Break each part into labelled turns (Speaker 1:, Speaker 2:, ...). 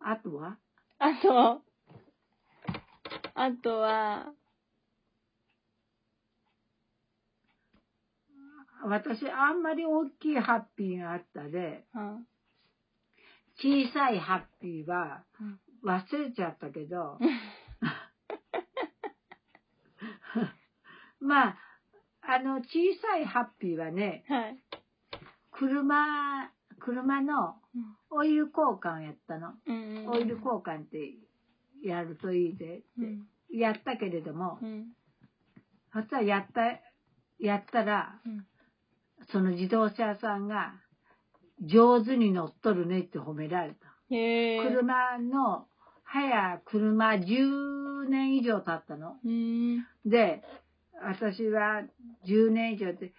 Speaker 1: あとは
Speaker 2: あと、あとは、
Speaker 1: 私、あんまり大きいハッピーがあったで、
Speaker 2: うん
Speaker 1: 小さいハッピーは忘れちゃったけど、まあ、あの、小さいハッピーはね、
Speaker 2: はい。
Speaker 1: 車、車のオイル交換やったの。
Speaker 2: うん
Speaker 1: オイル交換ってやるといいで、
Speaker 2: うん。
Speaker 1: やったけれども
Speaker 2: う、ん。
Speaker 1: そしたらやった、やったら、
Speaker 2: うん。
Speaker 1: その自動車屋さんが、上手に乗っとるねって褒められた。
Speaker 2: へえ。
Speaker 1: 車の、はや車10年以上経ったの。
Speaker 2: うん。
Speaker 1: で、私は10年以上って、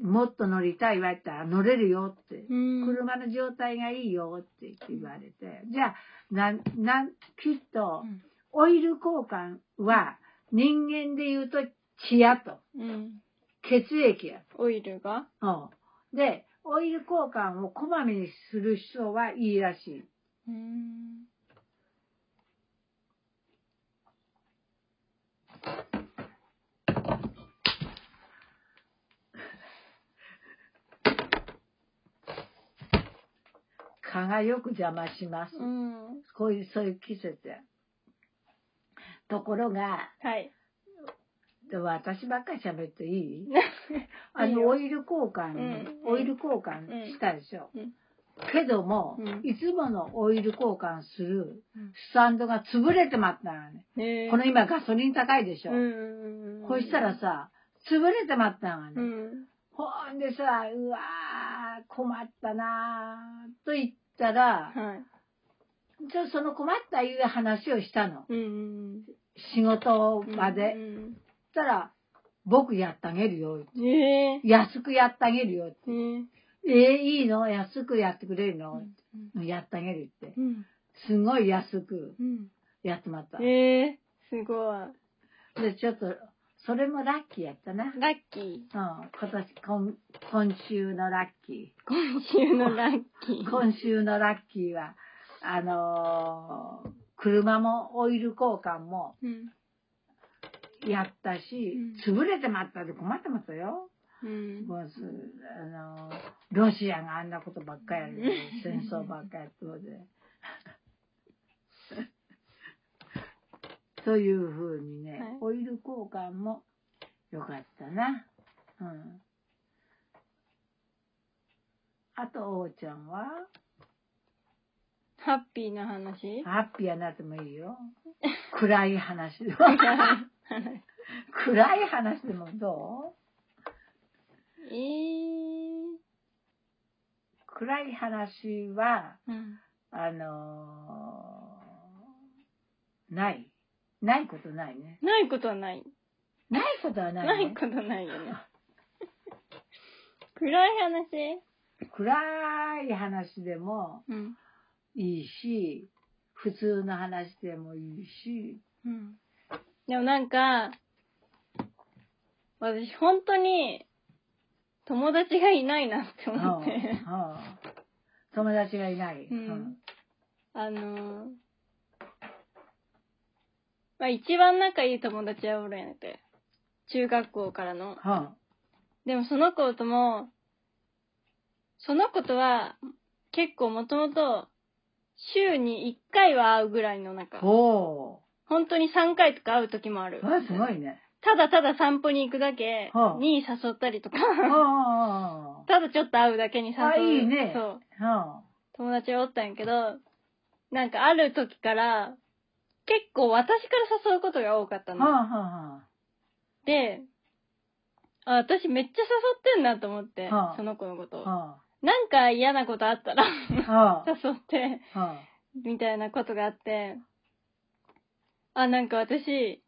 Speaker 1: もっと乗りたいわって言ったら乗れるよって。
Speaker 2: うん。
Speaker 1: 車の状態がいいよって言われて。じゃあ、なん、なん、きっと
Speaker 2: う、ん
Speaker 1: オイル交換は人間で言うと血やと。
Speaker 2: うん。
Speaker 1: 血液や。
Speaker 2: オイルが
Speaker 1: うん。で、オイル交換をこまめにする人はいいらしい。
Speaker 2: うん。
Speaker 1: 蚊がよく邪魔します。
Speaker 2: うん。
Speaker 1: こういう、そういう季節や。ところが、
Speaker 2: はい。
Speaker 1: でも私ばっかり喋ってい いあ
Speaker 2: いい
Speaker 1: の、
Speaker 2: よ
Speaker 1: オイル交換、
Speaker 2: うん
Speaker 1: オイル交換したでしょ。
Speaker 2: うん
Speaker 1: けども、
Speaker 2: うん
Speaker 1: いつものオイル交換する
Speaker 2: うん
Speaker 1: スタンドが潰れてまったのね。
Speaker 2: へえ。
Speaker 1: この今ガソリン高いでしょ。
Speaker 2: うん。
Speaker 1: こうしたら、さ、潰れてまったのね。
Speaker 2: うん。
Speaker 1: ほんでさ、うわー、困ったなーと言ったら、
Speaker 2: はい。
Speaker 1: ちょその困ったいう話をしたの。
Speaker 2: うん。
Speaker 1: 仕事場で。
Speaker 2: う
Speaker 1: そ
Speaker 2: ん。
Speaker 1: したら、僕やってあげるよ。
Speaker 2: へえ。
Speaker 1: 安くやってあげるよ。
Speaker 2: へえ。
Speaker 1: えー、いいの安くやってくれる
Speaker 2: う
Speaker 1: の、
Speaker 2: ん。
Speaker 1: やってあげるって
Speaker 2: う。ん。
Speaker 1: すごい安く
Speaker 2: うん。
Speaker 1: やってもらった。
Speaker 2: へえ。すごい。
Speaker 1: で、ちょっと、それもラッキーやったな。うん、
Speaker 2: ラッキー。
Speaker 1: 今年、今今週のラッキ
Speaker 2: 今週のラッキ
Speaker 1: ー。
Speaker 2: ー。
Speaker 1: 今週のラッキーは、あのー車もオイル交換も
Speaker 2: うん。
Speaker 1: やったし、潰れてまったで困ってまったよ。
Speaker 2: うん。
Speaker 1: もうすあのロシアがあんなことばっかりやる戦争ばっかりやってるので。 というふうにね、
Speaker 2: はい
Speaker 1: オイル交換もよかったな。うん。あと、おうちゃんは
Speaker 2: ハッピーな話
Speaker 1: ハッピーやなってもいいよ。暗い話。 暗い話でもどう
Speaker 2: えー。
Speaker 1: 暗い話は、
Speaker 2: うん。
Speaker 1: あのーない。ないことないね。
Speaker 2: ないことはない。
Speaker 1: ないことはない、ね。
Speaker 2: ないことないよね。 暗い話
Speaker 1: 暗い話でも
Speaker 2: うん。
Speaker 1: いいし、普通の話でもいいし、
Speaker 2: うん。でもなんか、私本当に友達がいないなって
Speaker 1: うん
Speaker 2: 思っ
Speaker 1: う
Speaker 2: て。
Speaker 1: ん友達がいない。
Speaker 2: う
Speaker 1: うんん。
Speaker 2: あのー、まあ一番仲いい友達はおるんやねて。中学校からの。
Speaker 1: うん
Speaker 2: でもその子とも、その子とは結構もともと週に1回は会うぐらいの仲。
Speaker 1: ほ
Speaker 2: 本当に3回とか会う時もある
Speaker 1: う。。あすごいね。
Speaker 2: ただただ散歩に行くだけ
Speaker 1: はあ
Speaker 2: に誘ったりとか、
Speaker 1: うんうんうんうん。
Speaker 2: ただちょっと会うだけに誘う。
Speaker 1: あいいね
Speaker 2: そう。
Speaker 1: うん
Speaker 2: 友達がおったんやけど、なんかある時から、結構私から誘うことが多かった
Speaker 1: うんう
Speaker 2: の。
Speaker 1: んうん
Speaker 2: で、あ、私めっちゃ誘ってんなと思って、
Speaker 1: はあ
Speaker 2: その子のことを。
Speaker 1: うん
Speaker 2: なんか嫌なことあったら
Speaker 1: うん
Speaker 2: 誘って、
Speaker 1: うん
Speaker 2: みたいなことがあって、あ、なんか私、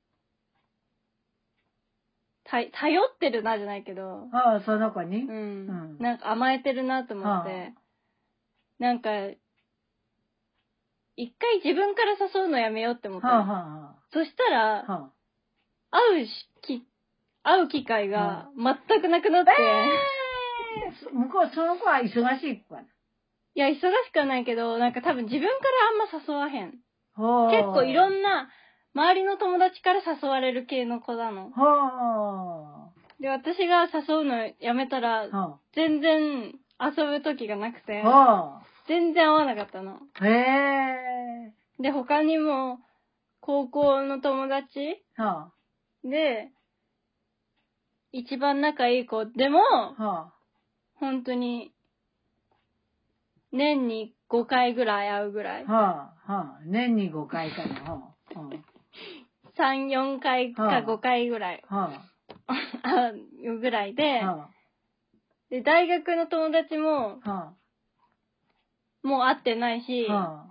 Speaker 2: た、頼ってるなじゃないけど、
Speaker 1: うんその子に
Speaker 2: う
Speaker 1: うん
Speaker 2: ん。なんか甘えてるなと思っ
Speaker 1: は
Speaker 2: て、なんか、一回自分から誘うのやめようって思っ
Speaker 1: うんうん
Speaker 2: た。そしたら、
Speaker 1: うんうん
Speaker 2: 会うしき、会う機会が全くなくなって、
Speaker 1: えー向こう、その子は忙しい子かな。
Speaker 2: いや、忙しくはないけど、なんか多分自分からあんま誘わへん。
Speaker 1: ほう。
Speaker 2: 結構い
Speaker 1: な。
Speaker 2: ろんな、周りの友達から誘われる系の子なの。
Speaker 1: ほう。
Speaker 2: で、私が誘うのやめたら、
Speaker 1: ほ
Speaker 2: 全然遊ぶ時がなくて
Speaker 1: う。、ほ
Speaker 2: 全然合わなかった
Speaker 1: う。
Speaker 2: の。
Speaker 1: へえ。
Speaker 2: で、他にも、高校の友達
Speaker 1: ほう。
Speaker 2: で、一番仲いい子でも、
Speaker 1: ほう。
Speaker 2: 本当に、年に5回ぐらい会うぐらい。
Speaker 1: はあ、はあ、年に5回かな。はあ、は
Speaker 2: 3、4回か
Speaker 1: はい
Speaker 2: 5回ぐらい
Speaker 1: あ、は
Speaker 2: 会うぐらいで
Speaker 1: あ、、は
Speaker 2: で、大学の友達も、
Speaker 1: あ、は
Speaker 2: もう会ってないし、
Speaker 1: あ、は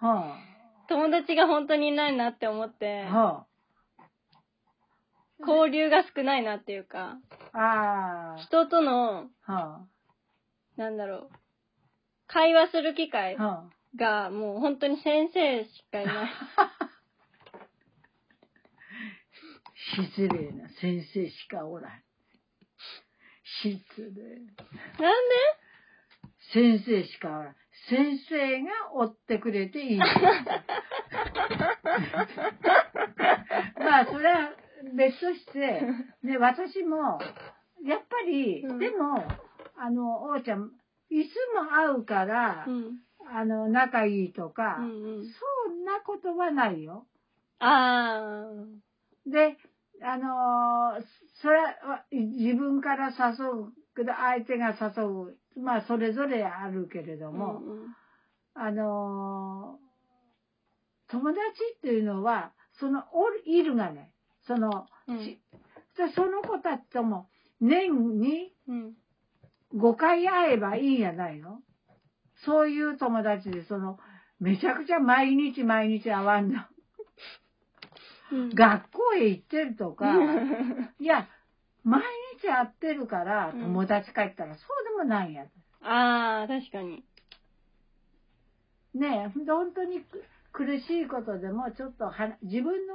Speaker 1: あ、は
Speaker 2: 友達が本当にいないなって思って
Speaker 1: あ、、は
Speaker 2: 交流が少ないなっていうか、
Speaker 1: あ、あ
Speaker 2: 人との、
Speaker 1: あ、は
Speaker 2: なんだろう、会話する機会
Speaker 1: あ、は
Speaker 2: がもう本当に先生し かいない。
Speaker 1: あ、失礼な先生しかおらん。失礼。
Speaker 2: なんで
Speaker 1: 先生しかおらん。先生が追ってくれて いい。まあ、それは別として、ね、私も、やっぱり、
Speaker 2: うん
Speaker 1: でも、あの、おうちゃん、いつも会うから、
Speaker 2: うん。
Speaker 1: あの、仲いいとか、
Speaker 2: うんうん。
Speaker 1: そんなことはないよ。
Speaker 2: あ
Speaker 1: で、あのーそれは自分から誘うけど、相手が誘う、まあ、それぞれあるけれ
Speaker 2: あ。
Speaker 1: ども、
Speaker 2: うんうん
Speaker 1: あのー友達っていうのは、その、おるいるがね、その、
Speaker 2: うん
Speaker 1: しでその子たちとも、年に
Speaker 2: うん。
Speaker 1: 5回会えばいいんやないのそういう友達で、その、めちゃくちゃ毎日毎日会わん の。
Speaker 2: うん
Speaker 1: 学校へ行ってるとか、
Speaker 2: うん
Speaker 1: いや、毎日会ってるから、
Speaker 2: うん
Speaker 1: 友達帰ったら、そうでもないんや。
Speaker 2: ああ、確かに。
Speaker 1: ねえ、本当にく苦しいことでも、ちょっとは自分の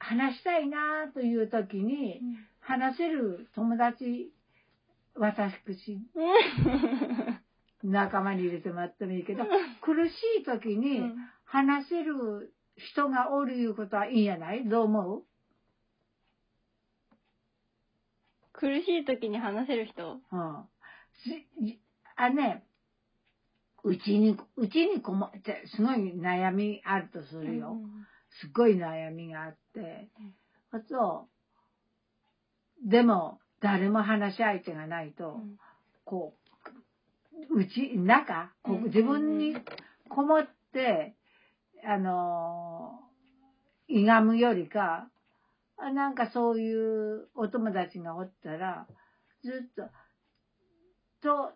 Speaker 1: 話したいなという時に、話せる友達、私、仲間に入れてもらってもいいけど、苦しい時
Speaker 2: う
Speaker 1: に
Speaker 2: ん
Speaker 1: 話せる人がおるいうことはいいんやないどう思う
Speaker 2: 苦しい時に話せる人
Speaker 1: うんじじあね、うちに、うちにこもって、すごい悩みあるとするよ。すっごい悩みがあって。あと、でも、誰も話し相手がないと、
Speaker 2: うん
Speaker 1: こう、うち、中、こう
Speaker 2: うん
Speaker 1: 自分にこもって、あのーいがむよりか、あなんかそういうお友達がおったら、ずっと、と、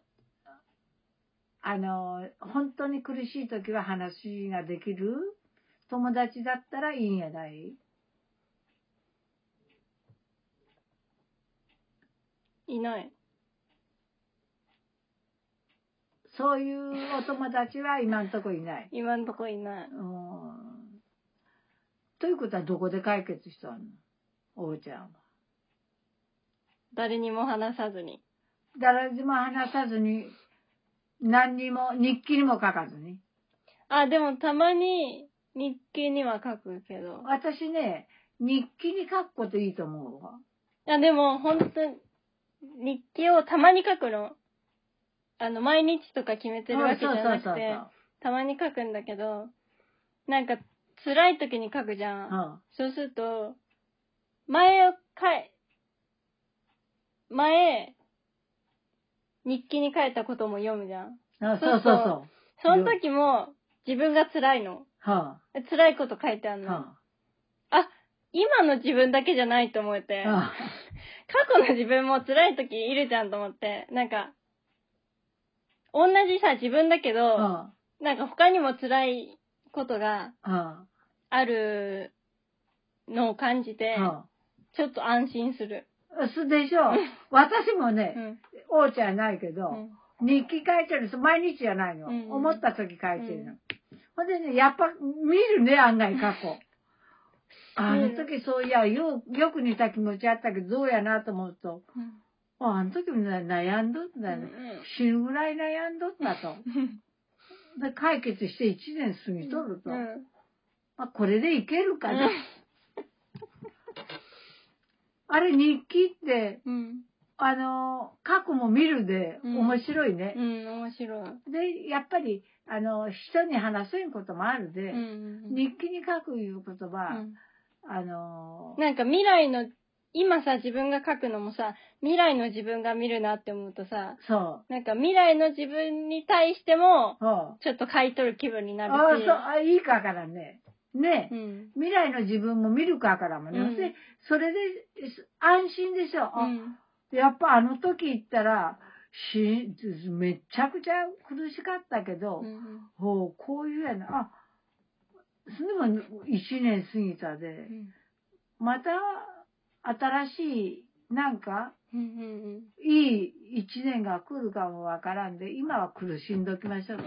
Speaker 1: あのー本当に苦しい時は話ができる友達だったらいいんやない
Speaker 2: いない。
Speaker 1: そういうお友達は今んとこいない。。
Speaker 2: 今んとこいない
Speaker 1: ー
Speaker 2: う
Speaker 1: ん。ということはどこで解決したのおうちゃんは。
Speaker 2: 誰にも話さずに。
Speaker 1: 誰にも話さずに、何にも、日記にも書かずに。
Speaker 2: あ、でもたまに日記には書くけど。
Speaker 1: 私ね、日記に書くこといいと思うわ。
Speaker 2: いや、でも本当に日記をたまに書くの。あの、毎日とか決めてるわけじゃなくて、たまに書くんだけど、なんか辛い時に書くじゃん。
Speaker 1: うん
Speaker 2: そうすると、前を書い、前、日記に書いたことも読むじゃん。
Speaker 1: あそうそうそう。は
Speaker 2: その時も自分が辛いの。
Speaker 1: あ、
Speaker 2: 辛いこと書いてあるの。
Speaker 1: は
Speaker 2: あ、今の自分だけじゃないと思って、
Speaker 1: あ、は
Speaker 2: 過去の自分も辛い時いるじゃんと思って、なんか、同じさ、自分だけ
Speaker 1: あ、
Speaker 2: ど、
Speaker 1: は
Speaker 2: なんか他にも辛いことが
Speaker 1: あ、は
Speaker 2: あるのを感じて
Speaker 1: あ、、は
Speaker 2: ちょっと安心する。
Speaker 1: あ。すでしょ私も
Speaker 2: う
Speaker 1: ね、
Speaker 2: ん。
Speaker 1: おうちゃんないけど、
Speaker 2: うん
Speaker 1: 日記書いてる人、毎日じゃないの。
Speaker 2: うんうん
Speaker 1: 思った時書いてるの。
Speaker 2: う
Speaker 1: ほんでね、やっぱ見るね、案外過去。あの時そういや、よう、よく似た気持ちあったけど、どうやなと思うと、あああの時もな悩んどったんだよ、
Speaker 2: うん
Speaker 1: 死ぬぐらい悩んどったと。で、解決して1年過ぎとると。
Speaker 2: うん
Speaker 1: まあ、これでいけるか
Speaker 2: う
Speaker 1: な。あれ、日記って、
Speaker 2: ん。
Speaker 1: あの、過去も見るで
Speaker 2: うん
Speaker 1: 面白いね
Speaker 2: う。ん、面白い。
Speaker 1: で、やっぱり、あの、人に話せんこともあるで、
Speaker 2: うん。
Speaker 1: 日記に書くいうこと
Speaker 2: う
Speaker 1: は、
Speaker 2: ん
Speaker 1: あの、
Speaker 2: なんか未来の、今さ自分が書くのもさ、未来の自分が見るなって思うとさ、
Speaker 1: そう。
Speaker 2: なんか未来の自分に対しても、
Speaker 1: そう。
Speaker 2: ちょっと書いとる気分にな
Speaker 1: あ
Speaker 2: る
Speaker 1: あ、
Speaker 2: し。
Speaker 1: そう、あいいかからね。ね、
Speaker 2: うん。
Speaker 1: 未来の自分も見るかからもね。
Speaker 2: うん
Speaker 1: でそれで、安心でしょ。
Speaker 2: う
Speaker 1: あ
Speaker 2: ん。
Speaker 1: やっぱあの時行ったら、し、めっちゃくちゃ苦しかったけど、
Speaker 2: うん
Speaker 1: ほう、こういうやな。あ、それでも一年過ぎた
Speaker 2: う
Speaker 1: で、
Speaker 2: ん
Speaker 1: また新しい、なんか、
Speaker 2: うんうん
Speaker 1: いい一年が来るかもわからんで、今は苦しんどきま しょう。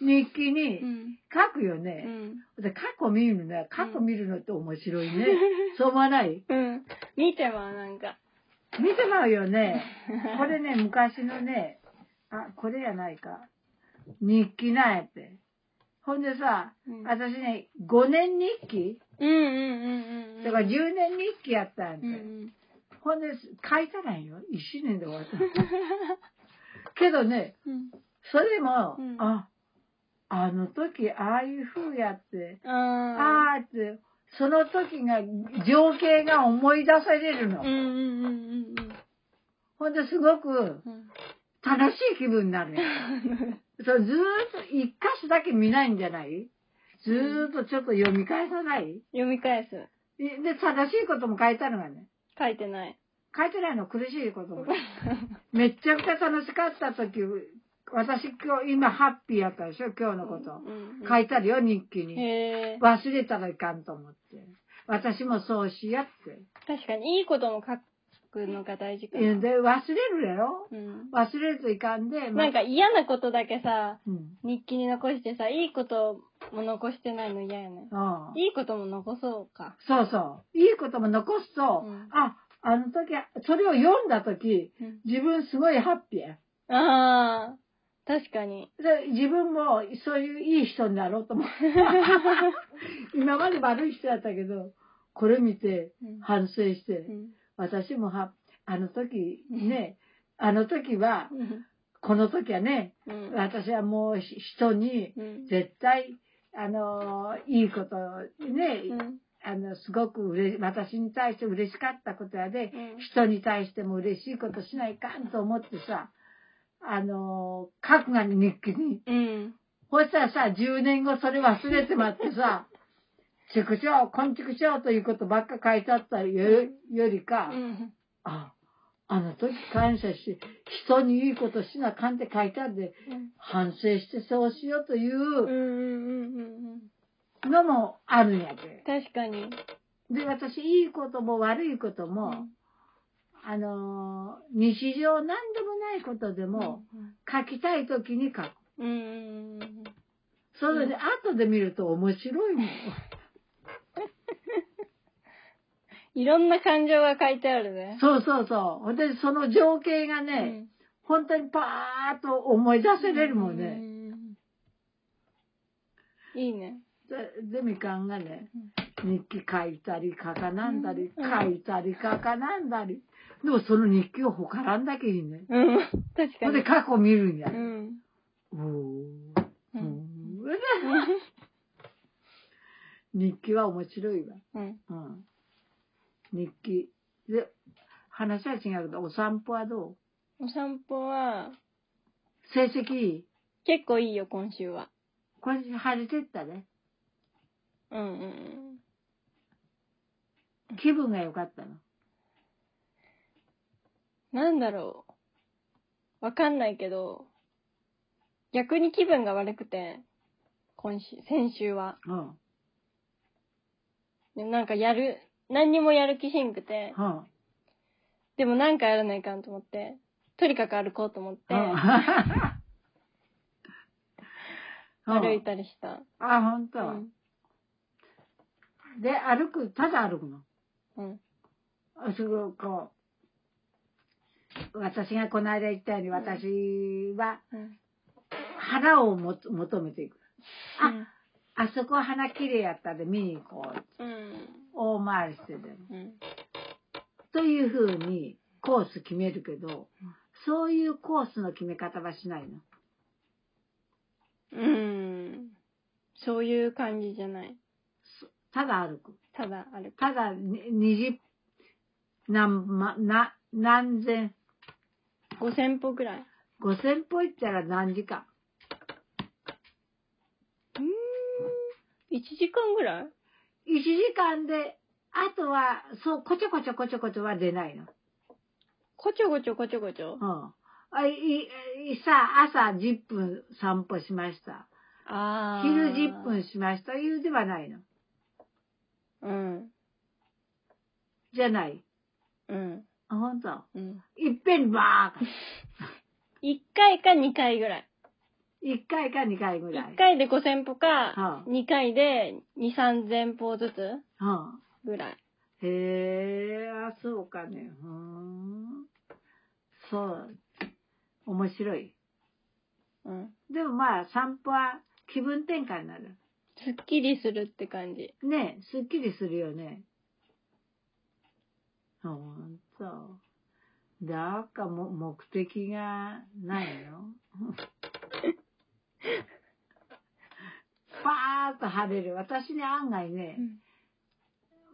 Speaker 1: 日記
Speaker 2: う
Speaker 1: に
Speaker 2: ん
Speaker 1: 書くよ
Speaker 2: う
Speaker 1: ね。
Speaker 2: ん
Speaker 1: で、過去見るのね、過去見るのって面白 いね。そう思わない
Speaker 2: うん見てはなんか
Speaker 1: 見てまうよ ね。これね、昔のね、あ、これやないか。日記なんやって。ほんでさ、
Speaker 2: うん
Speaker 1: 私ね、5年日記
Speaker 2: うんうんうんうん
Speaker 1: だから10年日記やったんやて。
Speaker 2: うんうん
Speaker 1: ほんで、書いたないよ。1年で終わった。けどね、
Speaker 2: うん
Speaker 1: それでも、
Speaker 2: うん
Speaker 1: あ、あの時、ああいう風やって、
Speaker 2: あ
Speaker 1: ああって、その時が、情景が思い出されるの。
Speaker 2: ーうんうんうんうん
Speaker 1: ほんですごく
Speaker 2: うん
Speaker 1: 楽しい気分になるよ。そうずーっと一箇所だけ見ないんじゃないずーっとちょっと読み返さない
Speaker 2: 読み返す
Speaker 1: で、正しいことも書いたのがね。
Speaker 2: 書いてない
Speaker 1: 書いてないの苦しいことも。めっちゃくちゃ楽しかった時、私今日、今ハッピーやったでしょ今日のこと。
Speaker 2: うんうん
Speaker 1: 書いたるよ、日記に。
Speaker 2: へえ
Speaker 1: 忘れたらいかんと思って。私もそうしやって。
Speaker 2: 確かにいいことも書くのが大事か
Speaker 1: で、
Speaker 2: な
Speaker 1: 忘れるやろ
Speaker 2: うん
Speaker 1: 忘れるといかんで、ま
Speaker 2: なんか嫌なことだけさ
Speaker 1: うん。うん。
Speaker 2: 日記に残してさいいことも残してないの嫌やねいいことも残そうか
Speaker 1: そうそう。いいことも残すと、
Speaker 2: うん
Speaker 1: あ、あの時、それを読んだ時、
Speaker 2: うん
Speaker 1: 自分すごいハッピーや。
Speaker 2: ああ確かに
Speaker 1: で自分もそういういい人になろうと思って。今まで悪い人だったけど、これ見て
Speaker 2: うん
Speaker 1: 反省して、
Speaker 2: うん
Speaker 1: 私もは、あの時ね、あの時は、この時はね、
Speaker 2: うん
Speaker 1: 私はもうひ人に
Speaker 2: うん
Speaker 1: 絶対、あのーいいことね、
Speaker 2: うん
Speaker 1: あの、すごくうれ私に対して嬉しかったことやで、
Speaker 2: うん
Speaker 1: 人に対しても嬉しいことしないかんと思ってさ、あのー、書くがに日記に。
Speaker 2: うん
Speaker 1: ほしたらさ、10年後それ忘れてまってさ、 ちくしょう、こんちくしょうということばっか書いてあったよよりか、
Speaker 2: うん
Speaker 1: あ、あの時感謝し、人にいいことしなかんって書いてあるんで、反省してそうしようとい
Speaker 2: うんう
Speaker 1: うん
Speaker 2: うんうん
Speaker 1: のもあるんやで。
Speaker 2: 確かに
Speaker 1: で、私、いいことも悪いことも、あのー日常何でもないことでも、書きたい時に書く。
Speaker 2: うんうんうんうん
Speaker 1: それで、後で見ると面白いもん。
Speaker 2: いろんな感情が書いてあるね
Speaker 1: そうそうそう。ほんで、その情景がね、本当にパーッと思い出せれるもん
Speaker 2: う
Speaker 1: ね。
Speaker 2: うんいいね
Speaker 1: で、でみかんがね、日記書いたり書かなんだり、
Speaker 2: うん
Speaker 1: 書いたり書かなんだり。でもその日記をほからんだけいいね。
Speaker 2: うん確か
Speaker 1: ほんで
Speaker 2: に
Speaker 1: 過去見るんや
Speaker 2: う。ん
Speaker 1: うー
Speaker 2: う
Speaker 1: うんん 日記は面白いわ。
Speaker 2: うん
Speaker 1: うん。日記。で、話は違うけど、お散歩はどう
Speaker 2: お散歩は
Speaker 1: 成績いい
Speaker 2: 結構いいよ今週は
Speaker 1: これ晴れてったね。
Speaker 2: うんうんうん
Speaker 1: 気分が良かったの。
Speaker 2: なんだろう。わかんないけど、逆に気分が悪くて、今週、先週は。
Speaker 1: うん。
Speaker 2: でなんかやる、何にもやる気しんくて、
Speaker 1: うん。
Speaker 2: でもなんかやらないかんと思って、とにかく歩こう と思って、
Speaker 1: うん
Speaker 2: 歩いたりした。
Speaker 1: あ、ほんと
Speaker 2: う。ん。
Speaker 1: で、歩く、ただ歩くの。
Speaker 2: うん。
Speaker 1: あすごい、こ私がこの間言ったように、私は
Speaker 2: うん
Speaker 1: 腹をも求めていく。あ
Speaker 2: うん
Speaker 1: あそこ花綺麗やったんで見に行こう。
Speaker 2: うん
Speaker 1: 大回りしてでも。
Speaker 2: うん
Speaker 1: というふうにコース決めるけど、そういうコースの決め方はしないの。
Speaker 2: うんそういう感じじゃない
Speaker 1: ただ歩く。
Speaker 2: ただ歩く
Speaker 1: ただに20、何、ま、な、何千、
Speaker 2: 5000歩くらい
Speaker 1: 5000歩行ったら何時間
Speaker 2: うん1時間ぐらい
Speaker 1: ?1 時間で、あとは、そう、こちょこちょこちょこちょは出ないの。
Speaker 2: こちょこちょこちょこちょ
Speaker 1: うん。あいいいさあ、朝10分散歩しました。
Speaker 2: ああ
Speaker 1: 昼10分しました。いうではないの。
Speaker 2: うん
Speaker 1: じゃない。
Speaker 2: うん
Speaker 1: あ、ほんと。
Speaker 2: うん
Speaker 1: いっぺんばーか。
Speaker 2: 1回か2回ぐらい
Speaker 1: 1回か2回ぐらい
Speaker 2: 1。回で5000歩
Speaker 1: はあ
Speaker 2: か2回で23000歩ずつ
Speaker 1: うん。
Speaker 2: ぐらい
Speaker 1: へえ、あ、そうかね。ふーん。そう。面白い。
Speaker 2: うん
Speaker 1: でもまあ、散歩は気分転換になる。
Speaker 2: すっきりするって感じ
Speaker 1: ねえ、すっきりするよね。ほんと。だからも、目的がないのパーッと晴れる。私ね、案外ね、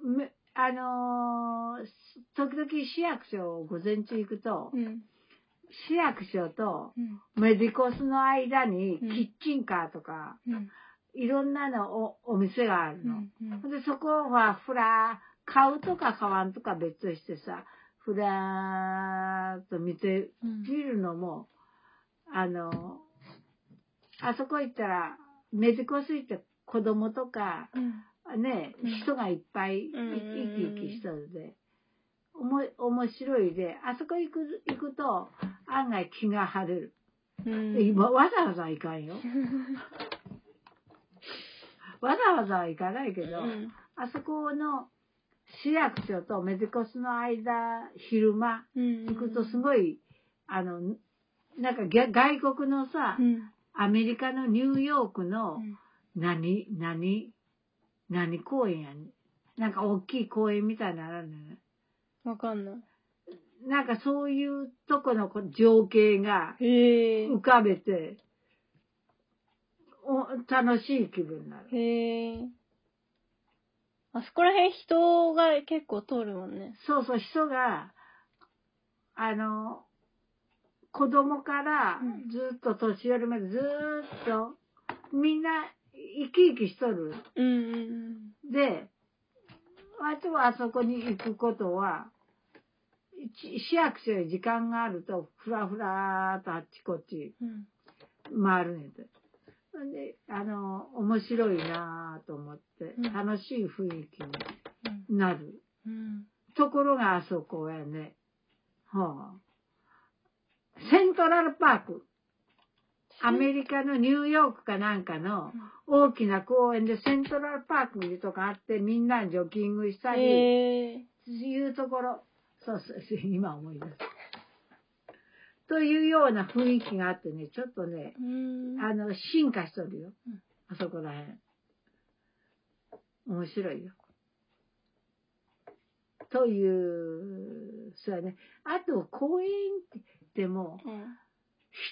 Speaker 1: めあのーし時々市役所を午前中行くと、
Speaker 2: うん
Speaker 1: 市役所と
Speaker 2: うん
Speaker 1: メディコスの間に
Speaker 2: うん
Speaker 1: キッチンカーとか、
Speaker 2: うん
Speaker 1: いろんなのおお店がある
Speaker 2: う
Speaker 1: の。
Speaker 2: んうん
Speaker 1: で、そこはふら、買うとか買わんとか別としてさ、ふらーっと見て、見るのも、あの、あそこ行ったら、メディコス行って子供とか、
Speaker 2: うん
Speaker 1: ね、
Speaker 2: うん
Speaker 1: 人がいっぱい、い
Speaker 2: うん
Speaker 1: 生き生きしとるで、おも、面白いで、あそこ行く、行くと、案外気が晴れる。
Speaker 2: うん
Speaker 1: で今、わざわざ行かんよ。 わざわざは行かないけど、
Speaker 2: うん
Speaker 1: あそこの市役所とメディコスの間、昼間、
Speaker 2: うん
Speaker 1: 行くとすごい、あの、なんかげ外国のさ、
Speaker 2: うん
Speaker 1: アメリカのニューヨーク
Speaker 2: う
Speaker 1: の
Speaker 2: ん
Speaker 1: 何、何、何公園やねなんか大きい公園みたいにならんのよね。
Speaker 2: わかんない
Speaker 1: なんかそういうとこのこう情景が
Speaker 2: へえ
Speaker 1: 浮かべて、お楽しい気分になる。
Speaker 2: へえあそこら辺人が結構通るもんね
Speaker 1: そうそう、人が、あの、子供から
Speaker 2: うん
Speaker 1: ずっと年寄りまでずーっと、みんな生き生きしとる。
Speaker 2: うんうん
Speaker 1: で、あとはあそこに行くことは、ち市役所へ時間があると、ふらふらーっとあっちこっち
Speaker 2: うん
Speaker 1: 回るねんて。ほんで、あの、面白いなーと思って
Speaker 2: う、ん
Speaker 1: 楽しい雰囲気
Speaker 2: うん
Speaker 1: になる。
Speaker 2: うん
Speaker 1: ところがあそこやね。はあ、セントラルパーク。アメリカのニューヨークかなんかの大きな公園でセントラルパークいうとかあってみんなジョギングしたり、
Speaker 2: へえ
Speaker 1: いうところ。そうそう、今思い出す。というような雰囲気があってね、ちょっとね、
Speaker 2: うん
Speaker 1: あの、進化しとるよ
Speaker 2: うん。
Speaker 1: あそこらへん。面白いよ。という、そうやね。あと、公園って、でも、
Speaker 2: うん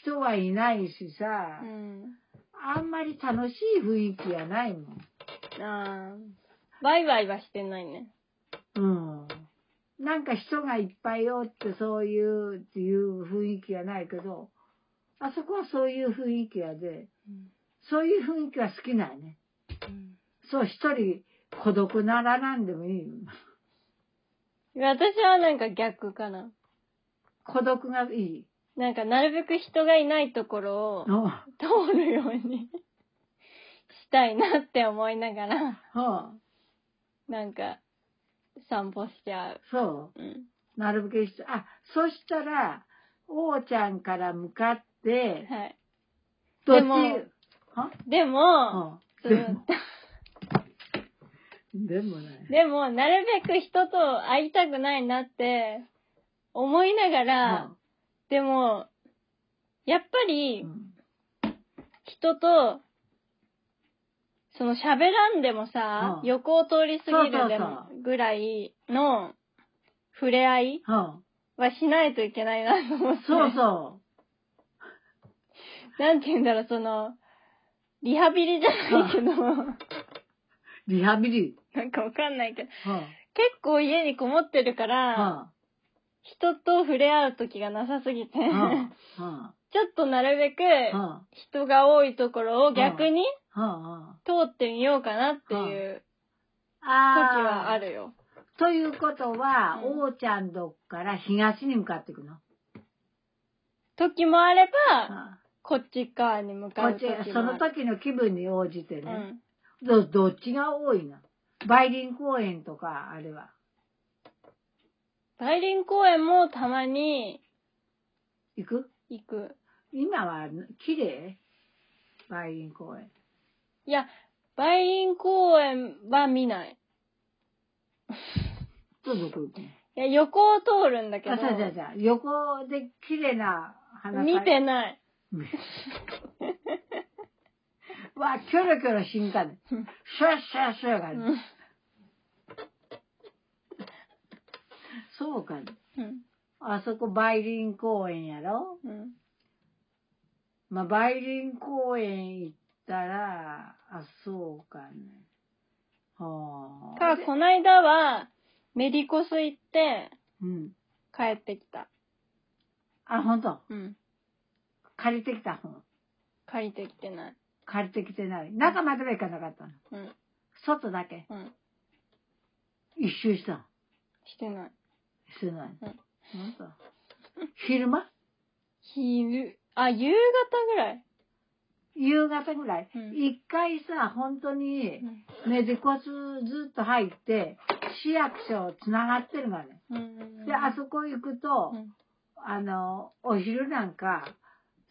Speaker 1: 人はいないしさ
Speaker 2: う、ん
Speaker 1: あんまり楽しい雰囲気はないもん。
Speaker 2: ああ。バイバイはしてないね。
Speaker 1: うん。なんか人がいっぱいおって、そういう、っていう雰囲気はないけど、あそこはそういう雰囲気やで、そういう雰囲気は好きなんやね。そう、一人孤独ならなんでもいいよ。
Speaker 2: 私はなんか逆かな。
Speaker 1: 孤独がいい。
Speaker 2: なんかなるべく人がいないところを
Speaker 1: うん
Speaker 2: 通るようにしたいなって思いながら、
Speaker 1: うん
Speaker 2: なんか散歩しちゃう。
Speaker 1: そ
Speaker 2: うん。
Speaker 1: う。なるべく一緒。あ、そしたら、王ちゃんから向かって、
Speaker 2: はい。
Speaker 1: どっ
Speaker 2: で
Speaker 1: ち
Speaker 2: も
Speaker 1: は
Speaker 2: でも、
Speaker 1: う
Speaker 2: そ
Speaker 1: ん。
Speaker 2: の
Speaker 1: でも、でもね。
Speaker 2: でもなるべく人と会いたくないなって思いながら、でも、やっぱり
Speaker 1: う、ん
Speaker 2: 人と、その喋らんでもさ、
Speaker 1: うん
Speaker 2: 横を通り過ぎるで
Speaker 1: そう
Speaker 2: も
Speaker 1: そう
Speaker 2: ぐらいの触れ合い
Speaker 1: は
Speaker 2: はしないといけないなと思っ
Speaker 1: あ
Speaker 2: て。
Speaker 1: そうそう。
Speaker 2: なんて言うんだろう、その、リハビリじゃないけど、
Speaker 1: リハビリ。
Speaker 2: なんかわかんないけど、
Speaker 1: は
Speaker 2: 結構家にこもってるから、
Speaker 1: あ、は
Speaker 2: 人と触れ合う時がなさすぎて、
Speaker 1: あ、はあ、は
Speaker 2: ちょっとなるべく
Speaker 1: あ、は
Speaker 2: 人が多いところを逆に
Speaker 1: あ、は
Speaker 2: 通ってみようかなっていう
Speaker 1: あ。
Speaker 2: 時は
Speaker 1: あ
Speaker 2: あ
Speaker 1: あ。
Speaker 2: るよ。
Speaker 1: ということは、
Speaker 2: うん
Speaker 1: おーちゃんどっから東に向かっていくの。
Speaker 2: 時もあれば、
Speaker 1: はあ
Speaker 2: こっち側に向
Speaker 1: こ
Speaker 2: かう
Speaker 1: っち
Speaker 2: 時もある。
Speaker 1: その時の気分に応じて
Speaker 2: う
Speaker 1: ね、
Speaker 2: ん。
Speaker 1: どどっちが多いの梅林公園とかあれは
Speaker 2: 梅林公園もたまに
Speaker 1: 行く
Speaker 2: 行く。
Speaker 1: 今は綺麗梅林公園
Speaker 2: いや、梅林公園は見ない。
Speaker 1: とどこ行くの
Speaker 2: いや、横を通るんだけど
Speaker 1: あ、、そうそうそう横で綺麗な花
Speaker 2: 見てない。
Speaker 1: わ、キョロキョロしん かね。シャッシャッシャッがね、
Speaker 2: うん
Speaker 1: そうかね。
Speaker 2: うん。
Speaker 1: あそこ梅林公園やろ
Speaker 2: うん。
Speaker 1: まあ、梅林公園行ったら、あ、そうかね。はあ。
Speaker 2: か、こないだは、メディコス行って
Speaker 1: うん。
Speaker 2: 帰ってきた。
Speaker 1: あ、ほんと。
Speaker 2: うん。
Speaker 1: 借りてきた本。
Speaker 2: 借りてきてない。
Speaker 1: 借りてきてない。中までは行かなかったの。
Speaker 2: うん。
Speaker 1: 外だけ。
Speaker 2: うん。
Speaker 1: 一周したの。
Speaker 2: してない。
Speaker 1: してない。
Speaker 2: う
Speaker 1: ほ
Speaker 2: ん
Speaker 1: んと。昼間
Speaker 2: 昼、あ、夕方ぐらい。
Speaker 1: 夕方ぐらい
Speaker 2: うん。
Speaker 1: 一、回さ、本当に
Speaker 2: う、ん。
Speaker 1: メディコスずっと入って、市役所つながってるからね。
Speaker 2: うんうんうん。
Speaker 1: で、あそこ行くと、
Speaker 2: うん
Speaker 1: あの、お昼なんか、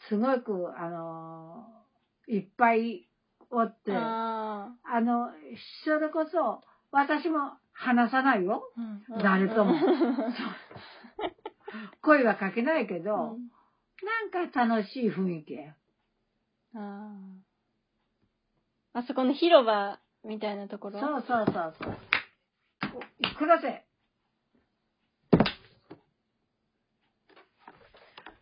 Speaker 1: すごく、あの、いっぱいおって、あ
Speaker 2: あ
Speaker 1: の、それこそ、私も話さないよ。
Speaker 2: ーうん
Speaker 1: 誰と も
Speaker 2: うん
Speaker 1: 声はかけないけど、
Speaker 2: うん
Speaker 1: なんか楽しい雰囲気やよ。
Speaker 2: あーあそこの広場みたいなとこ
Speaker 1: そ
Speaker 2: ろ
Speaker 1: うそうそうそう。お黒瀬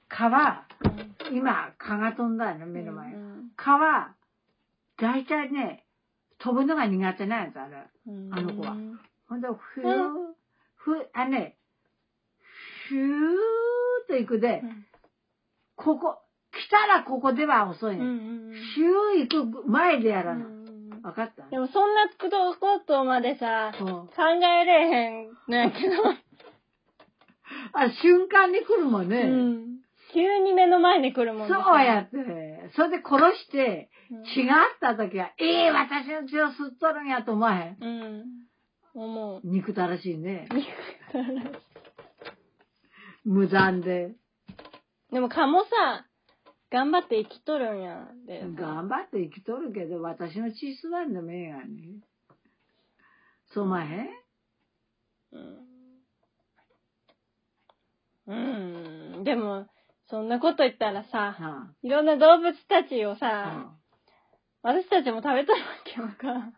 Speaker 1: 川、
Speaker 2: うん
Speaker 1: 今、蚊が飛んだの、目の前。
Speaker 2: うん
Speaker 1: 蚊は、大体ね、飛ぶのが苦手なんです、あれ。
Speaker 2: うん
Speaker 1: あの子は
Speaker 2: うん
Speaker 1: ほんと、ふー、ふ、あ、ね、ふーっと行くで、ここ、来たらここでは遅い
Speaker 2: う
Speaker 1: の。
Speaker 2: んう
Speaker 1: ヒ
Speaker 2: ん
Speaker 1: ュー行く前でや
Speaker 2: う
Speaker 1: らな。
Speaker 2: ん
Speaker 1: わかった
Speaker 2: でもそんなことまでさ、
Speaker 1: そう。
Speaker 2: 考えれへんのやけど、
Speaker 1: あ、瞬間に来るもんね。
Speaker 2: うん急に目の前に来るもんね
Speaker 1: そうやって。それで殺して、
Speaker 2: うん
Speaker 1: 違った時は、ええ私の血を吸っとるんやと思わへん。
Speaker 2: うん。思う。
Speaker 1: 憎たらしいね。
Speaker 2: 憎たらしい
Speaker 1: 無残で。
Speaker 2: でも蚊もさ、頑張って生きとるんやで。
Speaker 1: 頑張って生きとるけど、私の血吸わんでもええやんね。そうまへん
Speaker 2: うん。うん。でも、そんなこと言ったらさ、
Speaker 1: はい
Speaker 2: ろんな動物たちを
Speaker 1: あ
Speaker 2: さ、
Speaker 1: は
Speaker 2: 私たちも食べとるわけよか。